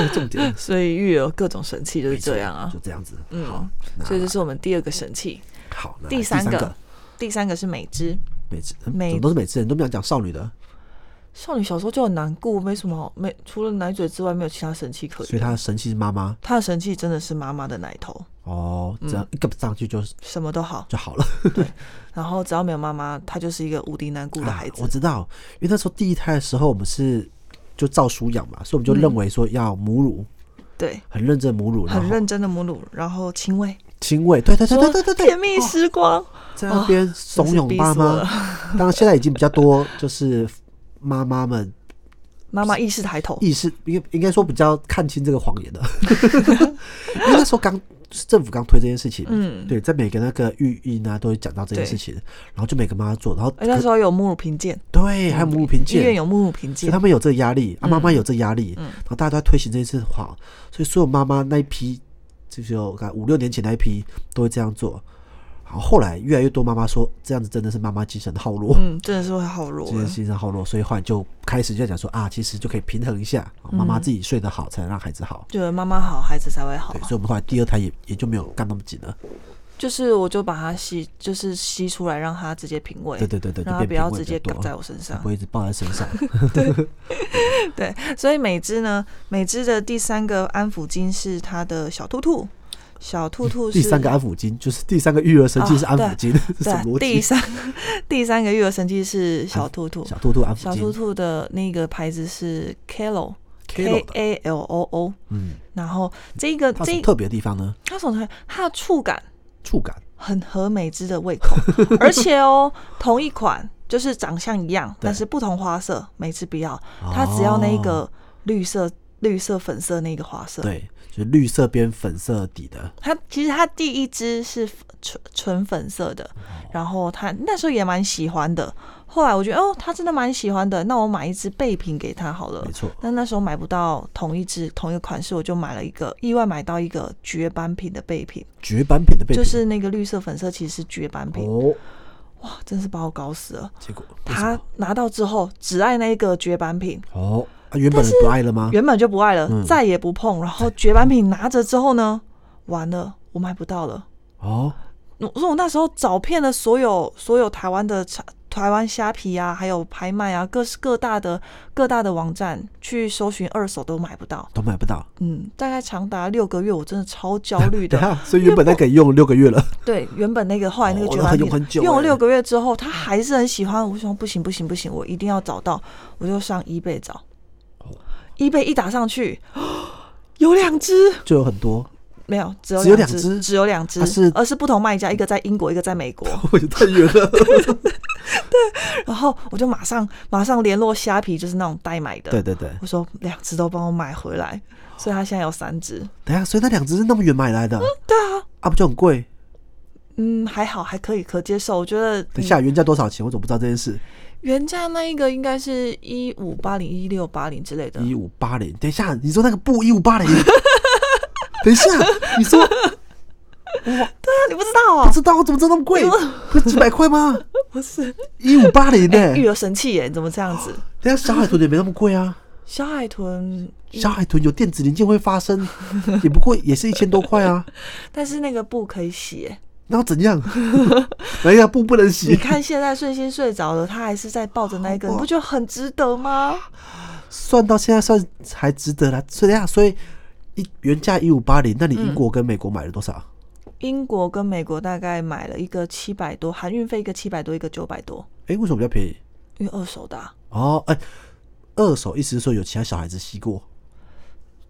C: 个重点
B: 所以育儿各种神器就是这样啊
C: 就。这样子。好
B: 嗯，
C: 那
B: 所以这是我们第二个神器。
C: 好，那来
B: 第
C: 啊第
B: 三
C: 三
B: 个，第三个是美姿。
C: 每次嗯
B: 美
C: 怎么都是每次人都不想讲少女的，
B: 少女小时候就很难过，没什么好，没除了奶嘴之外，没有其他神器可
C: 所以
B: 言。
C: 她的神奇是妈妈
B: 她的神器真的是妈妈的奶头，
C: 哦，
B: 嗯
C: 只要一个上去就
B: 什么都好。
C: 就好了。
B: 然后只要没有妈妈，她就是一个无敌难顾的孩
C: 啊我
B: 子。
C: 知道，因为那时候第一胎的时候我们是就照书养嘛，所以我们就
B: 嗯
C: 认为说要母乳，
B: 对，
C: 很认真的母乳，然
B: 很
C: 后
B: 认真的母乳，然后亲喂，
C: 亲喂，对对 对对对对对，哦
B: 甜蜜时光。
C: 在那边怂恿爸妈
B: 真 是逼。
C: 当然，现在已经比较多，就是妈妈们
B: 妈妈意识抬头，
C: 意识，应该应该说比较看清这个谎言的。 因为那时候刚就是政府刚推这件事情，
B: 嗯
C: 对，在每个那个育婴啊都会讲到这件
B: 对
C: 事情，然后就每个妈妈做，然后
B: 哎，那时候有母乳评鉴，
C: 对，还有母乳评
B: 医院
C: 鉴。
B: 有母乳评
C: 所
B: 鉴
C: 以他，们有这个压力，
B: 嗯
C: 啊，妈妈有这个压力，然后大家都在推行这件事谎，所以所有妈妈那一批，就是我看五六年前那一批都会这样做，然后后来越来越多妈妈说这样子真的是妈妈精神耗弱，
B: 嗯，真的是会好弱
C: 这。件事情上好弱，所以后来就开始就在讲说啊，其实就可以平衡一下，
B: 嗯
C: 妈妈自己睡得好，才能让孩子好。
B: 觉得妈妈好，孩子才会好嗯
C: 对，。所以我们后来第二胎也也就没有干那么紧了。
B: 就是我就把它吸，就是吸出来，让它直接品味，
C: 对对对对，就
B: 让它
C: 变
B: 不要
C: 平稳
B: 直接
C: 比较
B: 搞
C: 多啊
B: 在我身上
C: 不。会一直抱在身上。
B: 对，所以美芝呢，美芝的第三个安抚巾是它的小兔兔，小兔兔是
C: 第三个安抚巾就是第三个育儿神器
B: 啊
C: 是安抚巾， 是什么
B: 对
C: 逻
B: 第
C: 辑？
B: 三第三个育儿神器是小兔兔，
C: 小兔兔安抚
B: 小兔
C: 巾，
B: 兔的那个牌子是 Kelo
C: K
B: K
C: 楼的，
B: A L O O，
C: 嗯，
B: 然后这个
C: 它有
B: 这
C: 什么特别的地方呢？
B: 它什么特别？它的触感
C: 触感，
B: 很合美姿的胃 口，而且哦，同一款就是长相一样，但是不同花色，美姿不要，
C: 哦
B: 它只要那个绿色、绿色、粉色那个花色。
C: 对，就是绿色边粉色底的，
B: 它其实它第一支是纯纯粉色的，
C: 哦
B: 然后它那时候也蛮喜欢的。后来我觉得哦，他真的蛮喜欢的，那我买一支备品给他好了
C: 没。错，
B: 那那时候买不到同一支同一个款式，我就买了一个，意外买到一个绝版品的备品，
C: 绝版品的背景
B: 就是那个绿色粉色其实是绝版品，
C: 哦，
B: 哇，真是把我搞死了。
C: 结果为什
B: 他
C: 么
B: 拿到之后只爱那个绝版品，
C: 哦，啊原本的不爱了吗？
B: 原本就不爱了，
C: 嗯
B: 再也不碰。然后绝版品拿着之后呢，完了，我买不到了。
C: 哦，
B: 我说我那时候找遍了所有所有台湾的茶台湾虾皮啊，还有拍卖啊，各式各大的各大的网站去搜寻二手都买不到。
C: 都买不到，
B: 嗯，大概长达六个月，我真的超焦虑
C: 等一
B: 的。
C: 下，所以原本那个用六个月了，
B: 对，原本那个后来那个
C: 哦
B: 绝
C: 那
B: 版
C: 很
B: 品、
C: 用很久
B: 用了
C: 欸
B: 六个月之后，他还是很喜欢。我说不行不行不行，我一定要找到，我就上 eBay 找。eBay
C: 哦
B: 一打上去， 有两只，
C: 就有很多，
B: 没有，只有
C: 只有
B: 两
C: 两
B: 只，
C: 只
B: 只有两只，
C: 它是
B: 而是不同卖家，一个在英国，一个在美 国。
C: 我也太远了，
B: 然后我就马上马上联络虾皮，就是那种代买的。
C: 对对对，
B: 我说两只都帮我买回来，所以他现在有三只。
C: 等一下，所以那两只是那么远买来的，
B: 对啊，
C: 啊，不就很贵？
B: 嗯，还好，还可以，可接受。我觉得嗯
C: 等一下原价多少钱？我怎么不知道这件事？
B: 原价那一个应该是一五八零、一六八零之类的。
C: 一五八零，等一下，你说那个布一五八零， 等一下，你说
B: 那 你不知道
C: 不
B: 啊？
C: 知道我怎么知道那么贵？不是几百块吗？
B: 不是，哦
C: 一五八零呢？
B: 育儿神器耶，你怎么这样子？
C: 等一下小海豚也没那么贵啊，
B: 小海豚，
C: 小海豚有电子零件会发生， 也不过也是一千多块啊。
B: 但是那个布可以洗耶。
C: 然后怎样？ 哎呀，布不能
B: 你
C: 洗，
B: 看现在顺心睡着了，他还是在抱着那一个，
C: 好吧
B: 你不觉得很值得吗？
C: 算到现在算还值得啦。所以等一下，所以一原价一五八零，那你英国
B: 嗯
C: 跟美国买了多少？
B: 英国跟美国大概买了一个七百多，含运费一个七百多，一个九百多，
C: 哎、为什么比较便宜？
B: 因为二手的、啊。
C: 哦，哎、二手意思是说有其他小孩子吸过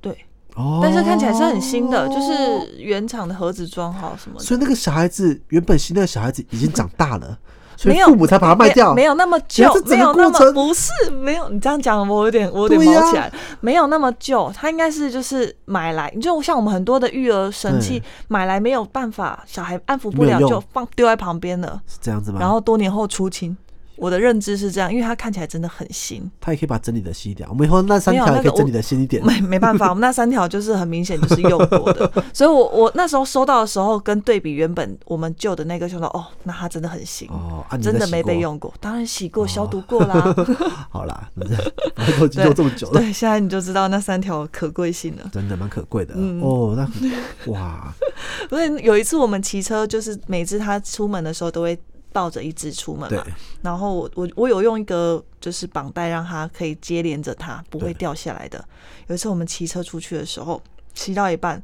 B: 对，
C: 哦，
B: 但是看起来是很新的，就是原厂的盒子装好什么的，
C: 所以那个小孩子原本新的小孩子已经长大了，所以
B: 没有
C: 父母才把它卖掉。
B: 没没有那么
C: 原
B: 旧
C: 来是，
B: 没
C: 整
B: 有
C: 个
B: 那
C: 过程
B: 么不是没有。你这样讲，我有点我有点
C: 对呀
B: 毛起来，没有那么旧，它应该是就是买来，你就像我们很多的育儿神器
C: 对，
B: 买来没有办法，小孩安抚不
C: 没有
B: 了
C: 用
B: 就放丢在旁边了，
C: 是这样子吗？
B: 然后多年后出清。我的认知是这样，因为它看起来真的很新。
C: 他也可以把它整理的细一点。我们以后那三条
B: 没有
C: 也
B: 那
C: 可
B: 个
C: 以整理的细一点。
B: 没没办 法，我们那三条就是很明显就是用过的，所以我我那时候收到的时候，跟对比原本我们旧的那个，想到哦，那它真的很新，
C: 哦，啊，你有
B: 真
C: 在
B: 的
C: 洗
B: 没被
C: 过。哦
B: 用过，当然洗过、消毒过啦。
C: 好啦， 那这我都已经用这么久了，
B: 对，现在你就知道那三条可贵性了。
C: 真的蛮可贵的、
B: 嗯
C: 哦。那 很哇，
B: 不是有一次我们骑车，就是每次他出门的时候都会抱着一只出门
C: 对
B: 嘛，，然后我我我有用一个就是绑带让它可以接连着它，不会
C: 对
B: 掉下来的。有一次我们骑车出去的时候，骑到一半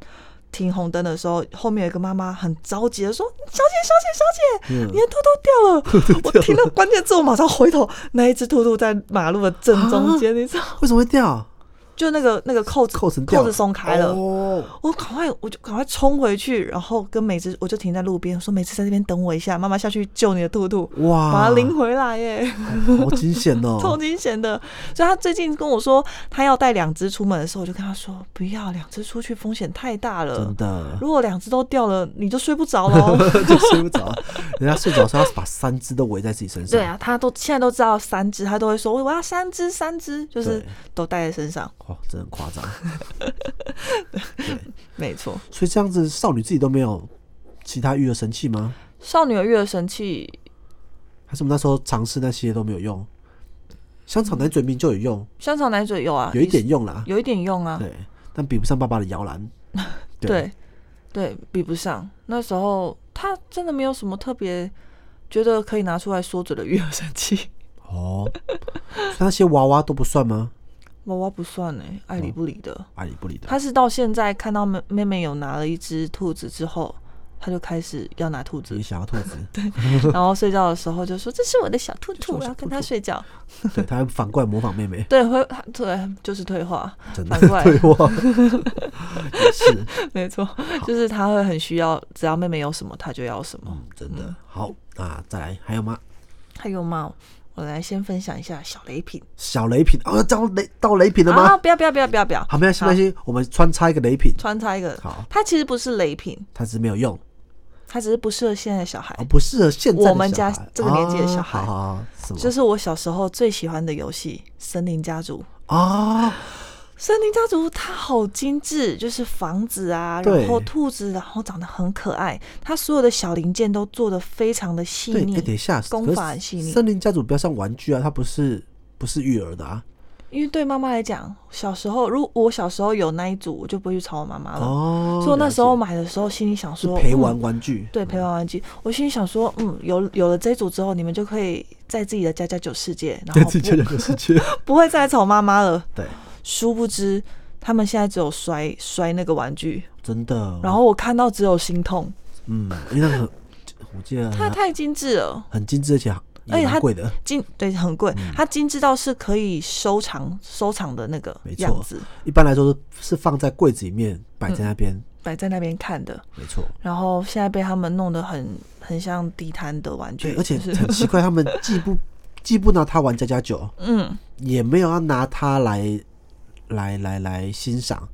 B: 停红灯的时候，后面有一个妈妈很着急的说：“小姐，小姐，小姐，
C: 嗯
B: 你的兔兔掉了！”我听到关键字，我马上回头，那一只兔兔在马路的正中间，你知道，
C: 为什么会掉？
B: 就那个那个扣子
C: 啊扣子掉
B: 扣子松开了。
C: 哦，
B: 我赶快，我就赶快冲回去，然后跟美芝，我就停在路边，我说美芝在这边等我一下，妈妈下去救你的兔兔，
C: 哇，
B: 把它拎回来耶。
C: 好惊险
B: 超
C: 哦！
B: 惊险的。所以他最近跟我说，他要带两只出门的时候，我就跟他说，不要两只出去风险太大了
C: 真。的，
B: 如果两只都掉了，你就睡不着了哦。
C: 就睡不着。人家睡着的时候，他把三只都围在自己身上。
B: 对，啊，他都现在都知道三只，他都会说我要三只，三只，就是
C: 对
B: 都带在身上。
C: 哇，真的很夸张。
B: 没错，
C: 所以这样子，少女自己都没有其他育儿神器吗？
B: 少女的育儿神器，
C: 还是我们那时候尝试那些都没有用？香草奶嘴明就有用，
B: 香草奶嘴有啊，
C: 有一点用啦，
B: 有一点用啊。
C: 对，但比不上爸爸的摇 篮。
B: 对，对比不上。那时候他真的没有什么特别觉得可以拿出来说嘴的育儿神器，
C: 哦，所以那些娃娃都不算吗？
B: 娃娃不算哎、爱
C: 嗯
B: 理不理的。
C: 爱理不理的。
B: 他是到现在看到妹妹妹有拿了一只兔子之后，他就开始要拿兔子
C: 你，想要兔 子，对
B: 然后睡觉的时候就说：“这是我的小兔
C: 是
B: 兔，
C: 我
B: 我
C: 小
B: 要跟
C: 兔
B: 它
C: 兔
B: 睡觉。
C: 他还反过来模仿妹妹”，
B: 对，会他对就是退化，
C: 真的
B: 反过来
C: 对我 也是，
B: 没错，就是他会很需要，只要妹妹有什么，他就要什么。
C: 嗯，真的好。那再来还有吗？
B: 还有吗？我来先分享一下小雷品
C: 小雷品哦，到雷到雷品了
B: 啊！
C: 吗？
B: 不要不要不要不要不要，
C: 好，没关系，没关系，我们穿插一个雷品，
B: 穿插一个
C: 好，
B: 它其实不是雷品，
C: 它只是没有用，
B: 它只是不适合现在的小孩
C: 哦，。不适合现在的
B: 我们
C: 小
B: 家
C: 孩
B: 这个年纪的小
C: 啊
B: 孩
C: 好好好，什么？
B: 这是我小时候最喜欢的游戏《森林家族》。
C: 啊，
B: 森林家族它好精致，就是房子啊，
C: 对
B: 然后兔子，然后长得很可爱，它所有的小零件都做的非常的细
C: 对，
B: 腻
C: 哎，，等一下，
B: 功
C: 可是
B: 法很细腻
C: 森林家族不要像玩具啊，它不是不是育儿的啊。
B: 因为对妈妈来讲，小时候如果我小时候有那一组，我就不会去吵我妈妈了。
C: 哦，
B: 所以我那时
C: 了
B: 候
C: 解
B: 买的时候，心里想
C: 是
B: 说
C: 陪
B: 嗯
C: 玩玩具，
B: 对，陪玩玩具。我心里想说，嗯，有有了这一组之后，你们就可以在自己的家家酒世界，然
C: 在
B: 后
C: 自己家的世界。
B: 不不会再来吵妈妈了。
C: 对，
B: 殊不知，他们现在只有摔摔那个玩具，
C: 真的。
B: 然后我看到只有心痛，
C: 嗯，因为那个很我记得
B: 它
C: 很
B: 太精致了。
C: 很精致，而且
B: 而
C: 也
B: 且它
C: 蛮贵的。
B: 精对很贵，
C: 嗯
B: 它精致到是可以收藏收藏的那个
C: 没错
B: 样子，
C: 一般来说是是放在柜子里面摆在那边，
B: 摆在那边看的。
C: 没错。
B: 然后现在被他们弄得很很像地摊的玩具
C: 对，，而且
B: 就是
C: 很奇怪，他们既 不既不拿它玩家家酒，
B: 嗯
C: 也没有要拿它来来来来欣赏，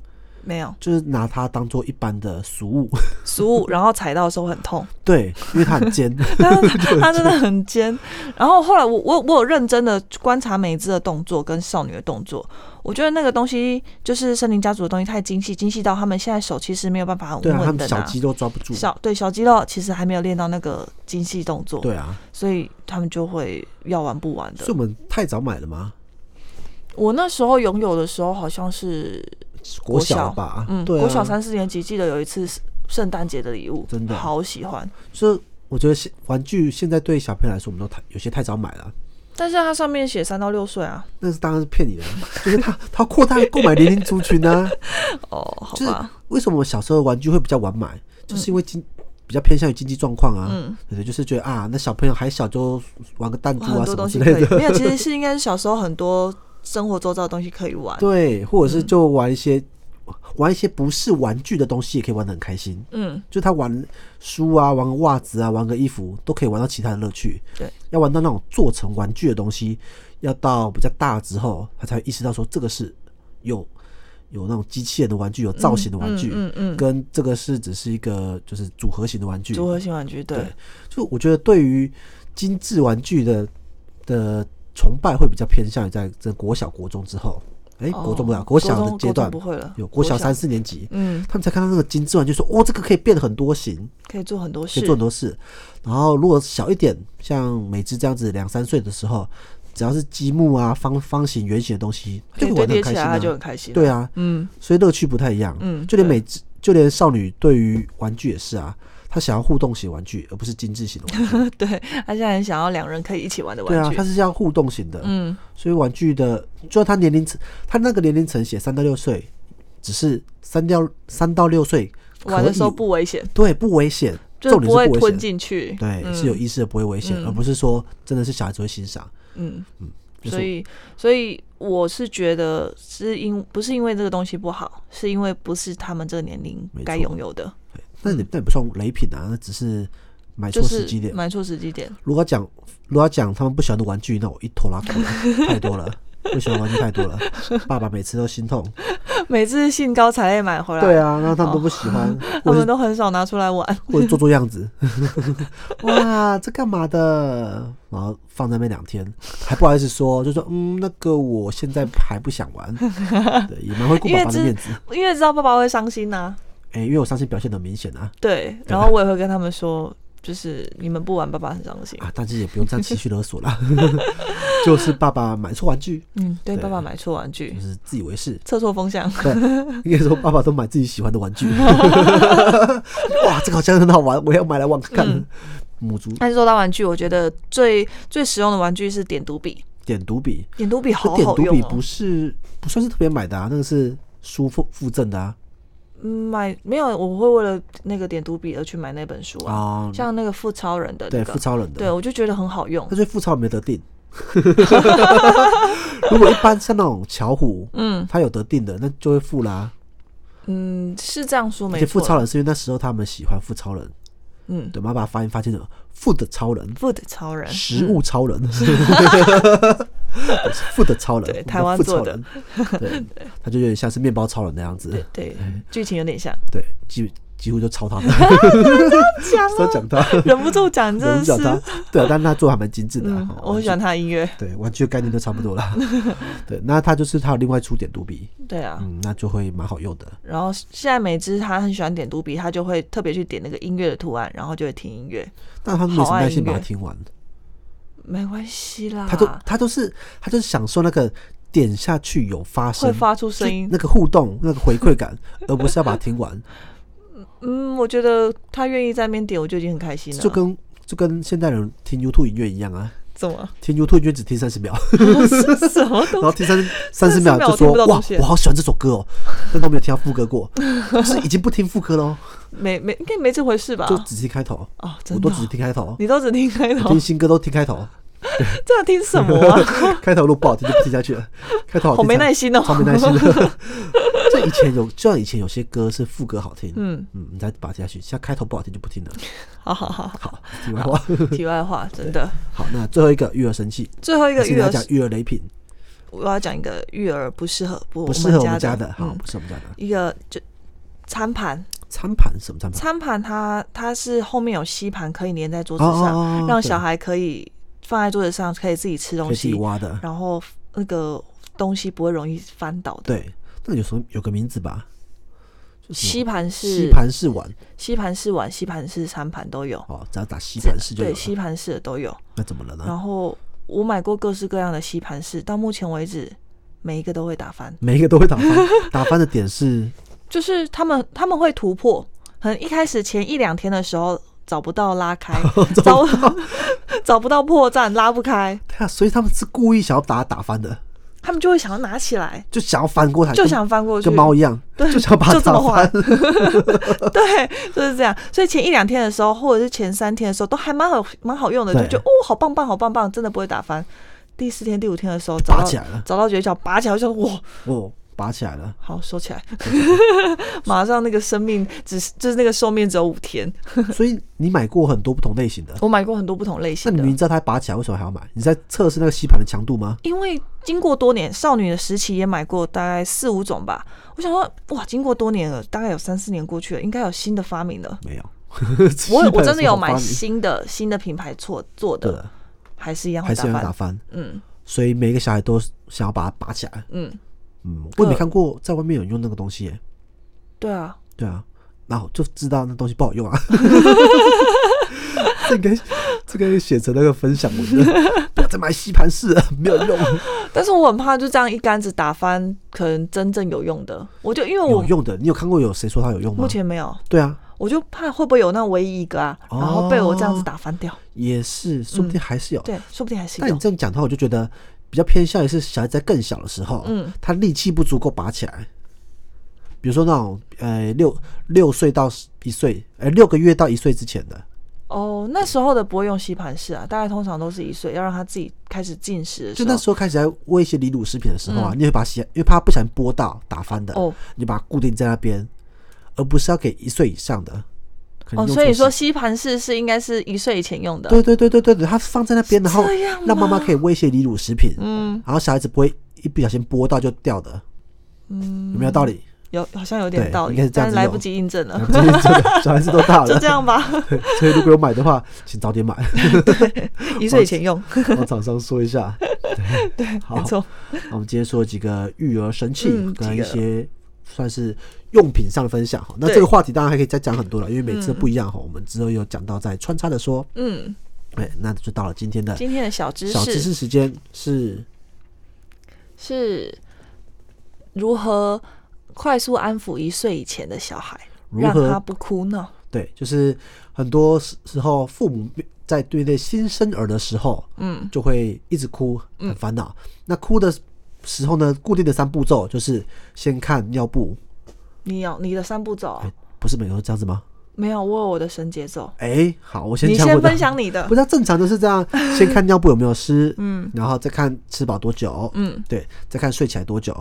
B: 没有
C: 就是拿它当做一般的俗物。
B: 俗物，然后踩到的时候很痛，
C: 对，因为它很 尖。
B: 但是它它真的很尖。然后后来我我我有认真的观察每一只的动作跟少女的动作，我觉得那个东西就是森林家族的东西太精细，精细到他们现在手其实没有办法很
C: 对啊，他
B: 稳
C: 们
B: 的
C: 小
B: 拿。
C: 鸡都抓不住。
B: 小对小肌肉其实还没有练到那个精细动作，
C: 对啊，
B: 所以他们就会要玩不玩的
C: 所以。我们太早买了吗？
B: 我那时候拥有的时候好像是，
C: 国
B: 国
C: 小
B: 小
C: 了吧？
B: 嗯，
C: 对啊
B: 国小三四年级，记得有一次是圣诞节的礼物，
C: 真的
B: 好喜欢。
C: 所以我觉得现玩具现在对小朋友来说，我们都太有些太早买了，
B: 但是它上面写三到六岁啊，
C: 那是当然是骗你的，就是他他扩大购买年龄族群呢、啊。
B: 哦， 好
C: 就是
B: 吧，
C: 为什么我小时候玩具会比较晚买，就是因为经、比较偏向于经济状况啊，
B: 嗯
C: 对对，就是觉得啊，那小朋友还小就玩个弹珠
B: 很
C: 啊
B: 多
C: 什么
B: 东
C: 之
B: 西
C: 类
B: 可以
C: 的，，
B: 没有，其 实是应该是小时候很多生活周遭的东西可以玩，
C: 对，或者
B: 嗯
C: 是就玩一些、玩一些不是玩具的东西，也可以玩的很开心。
B: 嗯，
C: 就他玩书啊，玩个袜子啊，玩个衣服，都可以玩到其他的乐趣。
B: 对，
C: 要玩到那种做成玩具的东西，要到比较大之后，他才会意识到说这个是有有那种机器人的玩具，有造型的玩具，
B: 嗯嗯嗯
C: 跟这个是只是一个就是组合型的玩具。
B: 组合型玩具，对
C: 对，就我觉得对于精致玩具的的崇拜会比较偏向于在这国小、国中之后。哎、
B: 哦
C: 国中不了，国小
B: 国
C: 的
B: 中
C: 阶段
B: 国中不会了
C: 有国小
B: 国小
C: 三四年级，
B: 嗯，
C: 他们才看到那个精致玩具说哦，这个可以变很多型。
B: 可以做很多
C: 可
B: 事
C: 以，做很多事。然后如果小一点，像美芝这样子两三岁的时候，只要是积木啊、方方形、圆形的东西，他
B: 可
C: 就
B: 以
C: 会
B: 堆
C: 玩的
B: 叠起
C: 很开
B: 来，
C: 心、啊。
B: 他就很开心，
C: 对，啊，
B: 嗯，
C: 所以乐趣不太一样。
B: 嗯
C: 就连
B: 对
C: 美芝，就连少女对于玩具也是啊，她想要互动型玩具，而不是精致型的 玩具。
B: 对，他现在很想要两人可以一起玩的
C: 对啊
B: 玩，具
C: 她，是要互动型的。
B: 嗯，
C: 所以玩具的，就算她年龄层，她那个年龄层写三到六岁，只是三到三到六岁可
B: 玩的时候
C: 以
B: 不危险，
C: 对不危险，
B: 就是
C: 重
B: 不
C: 点是
B: 会
C: 不危
B: 吞
C: 险。
B: 进去，
C: 对，
B: 嗯
C: 是有意识的，不会危险，而不是说真的是小孩子会欣赏。
B: 嗯
C: 就是
B: 所以所以我是觉得是因不是因为这个东西不好，是因为不是他们这个年龄
C: 没
B: 该
C: 错
B: 拥有的，
C: 那你那也不算雷品啊，那只是买
B: 就
C: 错时机
B: 是
C: 点。
B: 买错时机点，
C: 如果讲如果讲他们不喜欢的玩具，那我一头拉苦了，太多了，不喜欢的玩具太多了，爸爸每次都心痛。
B: 每次兴高采烈买回来，
C: 对啊，然后他们都不喜欢，
B: 哦他
C: 或者
B: 们
C: 是
B: 都很少拿出来玩。
C: 或者做做样子， 哇，这干嘛的？然后放在那边两天，还不好意思说，就说嗯，那个我现在还不 想玩，对，也蛮会顾
B: 因为
C: 爸爸的
B: 这
C: 面子。
B: 因为知道爸爸会伤心呐、啊
C: 哎、因为我伤心表现的明显啊，
B: 对，然后我也会跟他们说，就是你们不玩，爸爸很伤心。
C: 啊，但是也不用这样情绪勒索 啦，就是爸爸买错玩具，
B: 嗯，对，
C: 对嗯
B: 爸爸买错玩具
C: 就，是自以为 是。
B: 测错风向，
C: 对，应该说爸爸都买自己喜欢的玩 具。哇，这个好像很好玩，我要买来玩看看。
B: 嗯
C: 母猪
B: 但是说到玩具，我觉得最最实用的玩具是点读笔，
C: 点读笔，
B: 点读笔
C: 这
B: 好
C: 点
B: 好
C: 读
B: 用
C: 笔
B: 哦
C: 不。是不算是特别买的啊，那个是书附附赠的啊。
B: 嗯买没有，我会为了那个点读笔而去买那本书啊，
C: 哦，
B: 像那个富超人的
C: 对
B: 那
C: 富
B: 个，
C: 超人的，
B: 对，我就觉得很好用
C: 但。是富超没得定。 如果一般像那种巧虎，
B: 嗯
C: 他有得定的，那就会富啦。
B: 嗯，是这样说
C: 而
B: 没
C: 且富超
B: 错。
C: 人是因为那时候他们喜欢富超人，
B: 嗯
C: 对，我们要把它发音发清楚，富的超人，
B: ，Food 超人，
C: 食物超 人，富的超
B: 嗯
C: 人，
B: 对
C: 我们
B: 台湾
C: 富超
B: 做的
C: 人，对，他就有点像是面包超人那样子，
B: 对，
C: 哎
B: 剧情有点像。
C: 对，几几乎就 超他们，
B: 讲
C: 都
B: 啊，
C: 讲他，
B: 忍不住讲，
C: 我
B: 真的
C: 们
B: 是
C: 讲，他，对啊，但是他做的还蛮精致的啊
B: 嗯，，
C: 哦
B: 我很喜欢，他的音乐。
C: 玩具对，玩具的概念都差不 多了，对，那他就是他有另外出点读笔，
B: 对啊，
C: 嗯，那就会蛮好用的，
B: 然后现在每只他很喜欢点读笔，他就会特别去点那个音乐的图案，然后就会听音乐。
C: 但他没有什
B: 好
C: 么
B: 爱
C: 耐心
B: 音乐
C: 把它听完，
B: 没关系啦，
C: 他都他都是他就是享受那个点下去有发
B: 会
C: 声。
B: 发出
C: 就
B: 声音
C: 那。个互动、那个回 馈感，而不是要把它听完。
B: 嗯，我觉得他愿意在那边点，我就已经很开心了。
C: 就跟就跟现代人听 YouTube 音乐一样啊，
B: 怎么
C: 听 YouTube 音乐只听三十秒，
B: 什么
C: 然
B: 都
C: 后听三三十秒
B: 秒
C: 就
B: 我听
C: 说
B: 不到
C: 哇
B: 东西，
C: 我好喜欢这首歌 哦，但都没有听到副歌过，就是已经不听副 歌喽，
B: 没没应该没这回事吧？
C: 就只听开头，
B: 哦，真
C: 我
B: 的
C: 都
B: 哦、
C: 只听开头，
B: 你都只听开头
C: 听，新歌都听开头，
B: 这要听什么啊？
C: 开头如果不好听就不听下 去了，开头好
B: 好
C: 听
B: 没
C: 才
B: 耐心哦。
C: 超没耐心的。这以前有，就像以前有些歌是副歌好 听，
B: 嗯，
C: 嗯，你再把它听下去，像开头不好听就不听了。
B: 好好好 好。
C: 题 外话，
B: 题外话，真的，
C: 好，那最后一个育儿神器，
B: 最后一个
C: 现
B: 育
C: 在
B: 儿，
C: 讲育儿雷品，
B: 我要讲一个育儿不适合不
C: 不适合我们
B: 们
C: 家
B: 的
C: 的，好，
B: 嗯
C: 不适合我们家的
B: 一个就餐盘，
C: 餐盘是什么餐盘？
B: 餐盘它它是后面有吸盘可以粘在桌子
C: 哦哦
B: 上，
C: 哦哦
B: 让
C: 对
B: 小孩可以放在桌子上，可以自己吃
C: 可
B: 东
C: 以自己
B: 西，
C: 挖的，
B: 然后那个东西不会容易翻倒的。
C: 对，那有什么有个名字吧？就什么
B: 吸盘式
C: 吸盘式碗，
B: 吸盘式碗、吸盘式餐盘都有，
C: 哦，只要打吸盘式就有
B: 对
C: 了。嗯
B: 吸盘式的都有。
C: 那怎么了呢？
B: 然后我买过各式各样的吸盘式，到目前为止每一个都会打翻，
C: 每一个都会打翻， 打翻的 点是
B: 就是他们他们会突破，可能一开始前一两天的时候找不到拉 开，
C: 哦
B: 找 找不到破绽拉不开，
C: 对啊，所以他们是故意想要把它打翻的，
B: 他们就会想要拿起来，
C: 啊就想要翻过来，
B: 就
C: 跟
B: 想翻过去，
C: 跟猫一样，
B: 对
C: 就想把它
B: 就这
C: 打
B: 么滑
C: 翻。
B: 对，就是这样。所以前一两天的时候，或者是前三天的时候，都还蛮好，蛮好用的，就
C: 对
B: 觉得哦，好棒棒，好棒棒，真的不会打翻。第四天、第五天的时候，找
C: 拔
B: 到
C: 起来了，
B: 找到诀窍，拔起来，我就哇，
C: 哦，拔起来 了，
B: 好收 起来，马上那个生命只是就是那个寿命只有五天。
C: 所以你买过很多不同类型的，
B: 我买过很多不同类
C: 那
B: 型
C: 你
B: 的
C: 明，明知道它拔起来，为什么还要买？你在测试那个吸盘的强度吗？
B: 因为经过多年，少女的时期也买过大概四五种吧。我想说，哇，经过多年了，大概有三四年过去了，应该有新的发明了。
C: 没有，
B: 我
C: 吸盘
B: 我真的
C: 有
B: 有
C: 什么发
B: 买
C: 明
B: 新的新的品牌做做
C: 对
B: 的，，还是一样会
C: 还是
B: 打
C: 要打
B: 翻。
C: 翻。
B: 嗯
C: 所以每一个小孩都想要把它拔起来。
B: 嗯，
C: 嗯，我也没看过在外面有人用那个东西耶。
B: 对啊，
C: 对啊，然后就知道那东西不好用啊。 这个这个写成那个分享文的， 不要再买吸盘式了，没有用。
B: 但是我很怕就这样一竿子打翻，可能真正有用的，我就因为
C: 有
B: 我
C: 用的，你有看过有谁说它有用吗
B: 目？前没有，
C: 对啊，
B: 我就怕会不会有那唯一一个啊，
C: 哦
B: 然后被我这样子打翻掉，
C: 也是，说不定还是有。
B: 嗯对，说不定还是
C: 但你
B: 有。
C: 这样讲的话，我就觉得比较偏向于是小孩在更小的时候，
B: 嗯，
C: 他力气不足够拔起来。比如说那种呃六六岁到一岁，呃六个月到一岁之前的，
B: 哦，那时候的不会用吸盘式啊，大概通常都是一岁，要让他自己开始进食的时
C: 就
B: 候。
C: 那时候开始在喂一些离乳食品的时候啊，
B: 嗯
C: 你会把它洗，因为怕它不小心拨到打翻的，
B: 哦
C: 你就把它固定在那边，而不是要给一岁以上的。可能
B: 哦，
C: 用
B: 所以
C: 错
B: 说
C: 时
B: 吸盘式是应该是一岁以前用的。
C: 对对对对对对，它放在那边，然后
B: 这样
C: 让妈妈
B: 吗
C: 可以喂一些离乳食品，
B: 嗯
C: 然后小孩子不会一不小心拨到就掉的，
B: 嗯，
C: 有没有道理？
B: 有好像有点
C: 对
B: 道
C: 应该
B: 理
C: 是，这样
B: 但
C: 子
B: 是来
C: 用
B: 不及印证 了，
C: 真的真的小孩子都大
B: 就
C: 了
B: 这，样吧，
C: 所以如果有买的话，请早点买，
B: 一岁以前用，
C: 帮厂商说 一下。对，好
B: 没，错。
C: 那我们今天说了几个育儿神器，
B: 嗯
C: 跟
B: 几
C: 一
B: 个
C: 些算是用品上的分享哈。那这个话题当然还可以再讲很多了，因为每次都不一样哈。我们之后有讲到再穿插的说，
B: 嗯，
C: 哎，那就到了今天的
B: 今天的小知
C: 小
B: 识
C: 知识时间是
B: 是如何快速安抚一岁以前的小孩，
C: 如
B: 让他
C: 何
B: 不哭闹。
C: 对，就是很多时时候父母在对待新生儿的时候，
B: 嗯，
C: 就会一直哭，很烦恼。那哭的时候呢，固定的三步骤就是先看尿布，
B: 你有你的三步走啊、
C: 哎不是每个都这样子吗？
B: 没有，我有我的绳结走。
C: 哎、好，我先
B: 你
C: 讲我
B: 先
C: 的
B: 分享你的
C: 不，知道正常都是这样，先看尿布有没有湿， 嗯，然后再看吃饱多久，
B: 嗯，
C: 对，再看睡起来多久。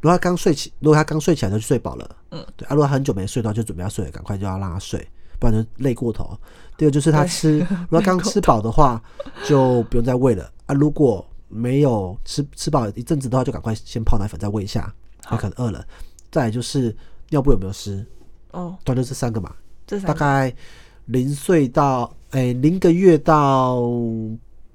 C: 如果他刚睡起，如果他刚睡起来就睡饱了，嗯，对。啊，如果他很久没睡的话，就准备要睡了，赶快就要让他睡，不然就累过头。第二就是他 吃，如果他刚吃饱的话，就不用再喂了啊。如果没有吃吃饱一阵子的话，就赶快先泡奶粉再喂一下，他可能饿了。再来就是尿布有没有湿，
B: 哦，
C: 对，就这三个嘛。
B: 这
C: 大
B: 三个
C: 概零岁到哎零个月到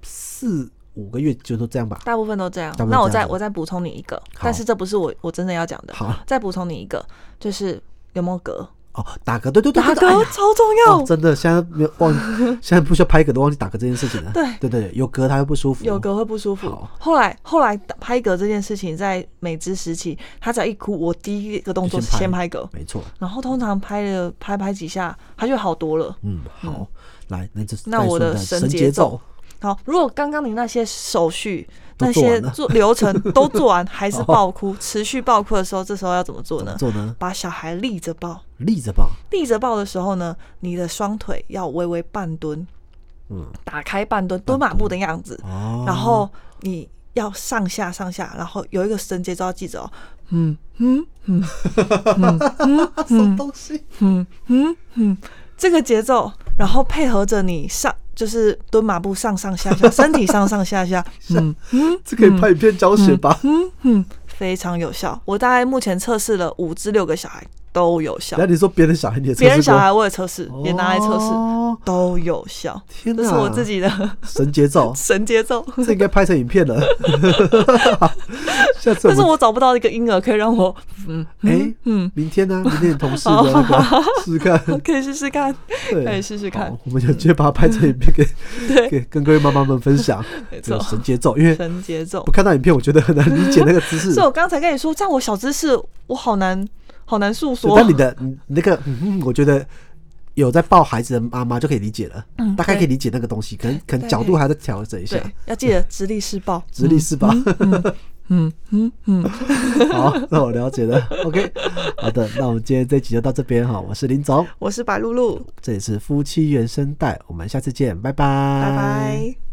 C: 四五个月，就都这样吧。
B: 大部分都这样
C: 大。部分
B: 那我
C: 这样
B: 再
C: 子
B: 我再补充你一个，
C: 好
B: 但是这不是我我真的要讲的。
C: 好
B: 再补充你一个，就是有没有嗝？
C: 哦，打嗝，对对对，
B: 打
C: 对对
B: 嗝
C: 哎呀
B: 超重
C: 哦
B: 要，
C: 真的，现在没有 忘，现在不需要拍嗝都忘记打嗝这件事情了。
B: 对
C: 对对，有嗝他会不舒服。
B: 有嗝会不舒服
C: 好。
B: 后来后来拍嗝这件事情，在美姿时期，他只要一哭，我第一个动作
C: 就是先拍
B: 先拍嗝，
C: 没错，
B: 然后通常拍了拍拍几下，他就好多了。
C: 嗯，好，来，那这
B: 那我的
C: 神
B: 神节
C: 节
B: 奏好，如果刚刚你那些手续、
C: 都
B: 那
C: 做完
B: 些
C: 了哦
B: 做流程 都做完，还是爆哭，持续爆哭的时候，这时候要怎么做
C: 怎么
B: 呢？
C: 做呢？
B: 把小孩立着抱，
C: 立着抱，
B: 立着抱的时候呢，你的双腿要微微半蹲，
C: 嗯，
B: 打开半蹲，蹲马步的样子，
C: 哦，
B: 然后你要上下上下，然后有一个绳结，要记着哦，嗯嗯嗯
C: 啊什么东西？
B: 嗯嗯嗯，这个节奏，然后配合着你上就是蹲马步上上下下，身体上上下 下，嗯嗯
C: 这可以拍影片教学吧？
B: 嗯嗯，非常有效。我大概目前测试了五至六个小孩都有效
C: 那，你说别人小孩你也测
B: 别人
C: 试
B: 小
C: 过
B: 孩我也测试，也拿来测试。
C: 哦
B: 都有效，
C: 天
B: 这是我
C: 哪
B: 自己的
C: 神节奏，
B: 神节 奏。
C: 这应该拍成影片了。下次
B: 但是
C: 我们
B: 我找不到一个婴儿可以让我，嗯
C: 哎、
B: 嗯，
C: 明天 呢、明天你同事的那个试试看，
B: 可以试试看，
C: 对，
B: 可以哎试试看嗯
C: 好。我们就直接把它拍成影片给、
B: 对
C: 给跟各位妈妈们分享。
B: 没
C: 这
B: 错
C: 个，神节奏，因为
B: 神节奏
C: 不。看到影片，我觉得很难理解那个姿 势
B: 所以。我刚才跟你说，在我小知识，我好难好难诉
C: 对
B: 说。
C: 但你的你你那个，嗯，嗯我觉得。有在抱孩子的妈妈就可以理解了，
B: 嗯
C: 大概可以
B: 对
C: 理解那个东西，可能可能
B: 对
C: 角度还要再调整一下
B: 对，，要记得直立式抱，
C: 直立式吧。
B: 嗯嗯嗯，
C: 好，那我了解了。OK，好的，那我们今天这集就到这边哈，我是林总，
B: 我是白露露，
C: 这里是夫妻原声带，我们下次见，拜拜，
B: 拜拜。